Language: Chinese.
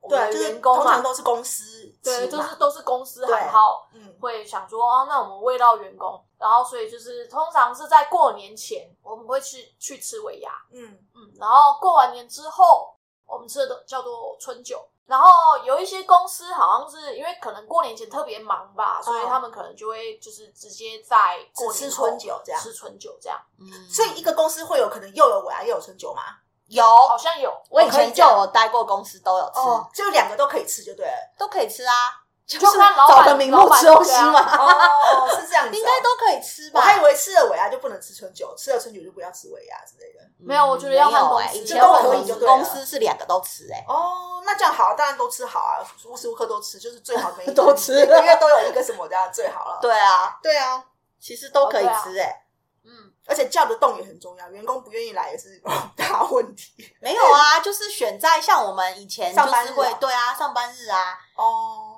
我们对，啊的就是员工通常嘛，都是公司对，请都嘛是都是公司对行号嗯，会想说，哦，那我们喂到员工，然后所以就是通常是在过年前，我们会去去吃尾牙，嗯嗯，然后过完年之后，我们吃的叫做春酒。然后有一些公司好像是因为可能过年前特别忙吧，所以他们可能就会就是直接在过年嗯只吃后春酒这样吃春酒这样。嗯所以一个公司会有可能又有尾牙又有春酒嘛，有，好像有，我以可前这就样有待过公司，都有吃，哦就两个都可以吃就对了。都可以吃啊，就就是看老找板个名老目板吃东对西啊嘛， 哦， 是这样子哦，应该都可以吃我吧？还以为吃了尾牙就不能吃春酒，吃了春酒就不要吃尾牙之类的。没有我觉得要看没有公欸司以前我就都可们以就对了公司是两个都吃哎，哦，那这样好，当然都吃好啊，无时无刻都吃，就是最 好每一个都吃每个月都有一个什么这样最好了。，对啊，对啊，其实都可以哦吃哎。嗯，而且叫得动也很重要，员工不愿意来也是大问题。没有啊，就是选在像我们以前就上班是日会啊对啊，上班日啊，哦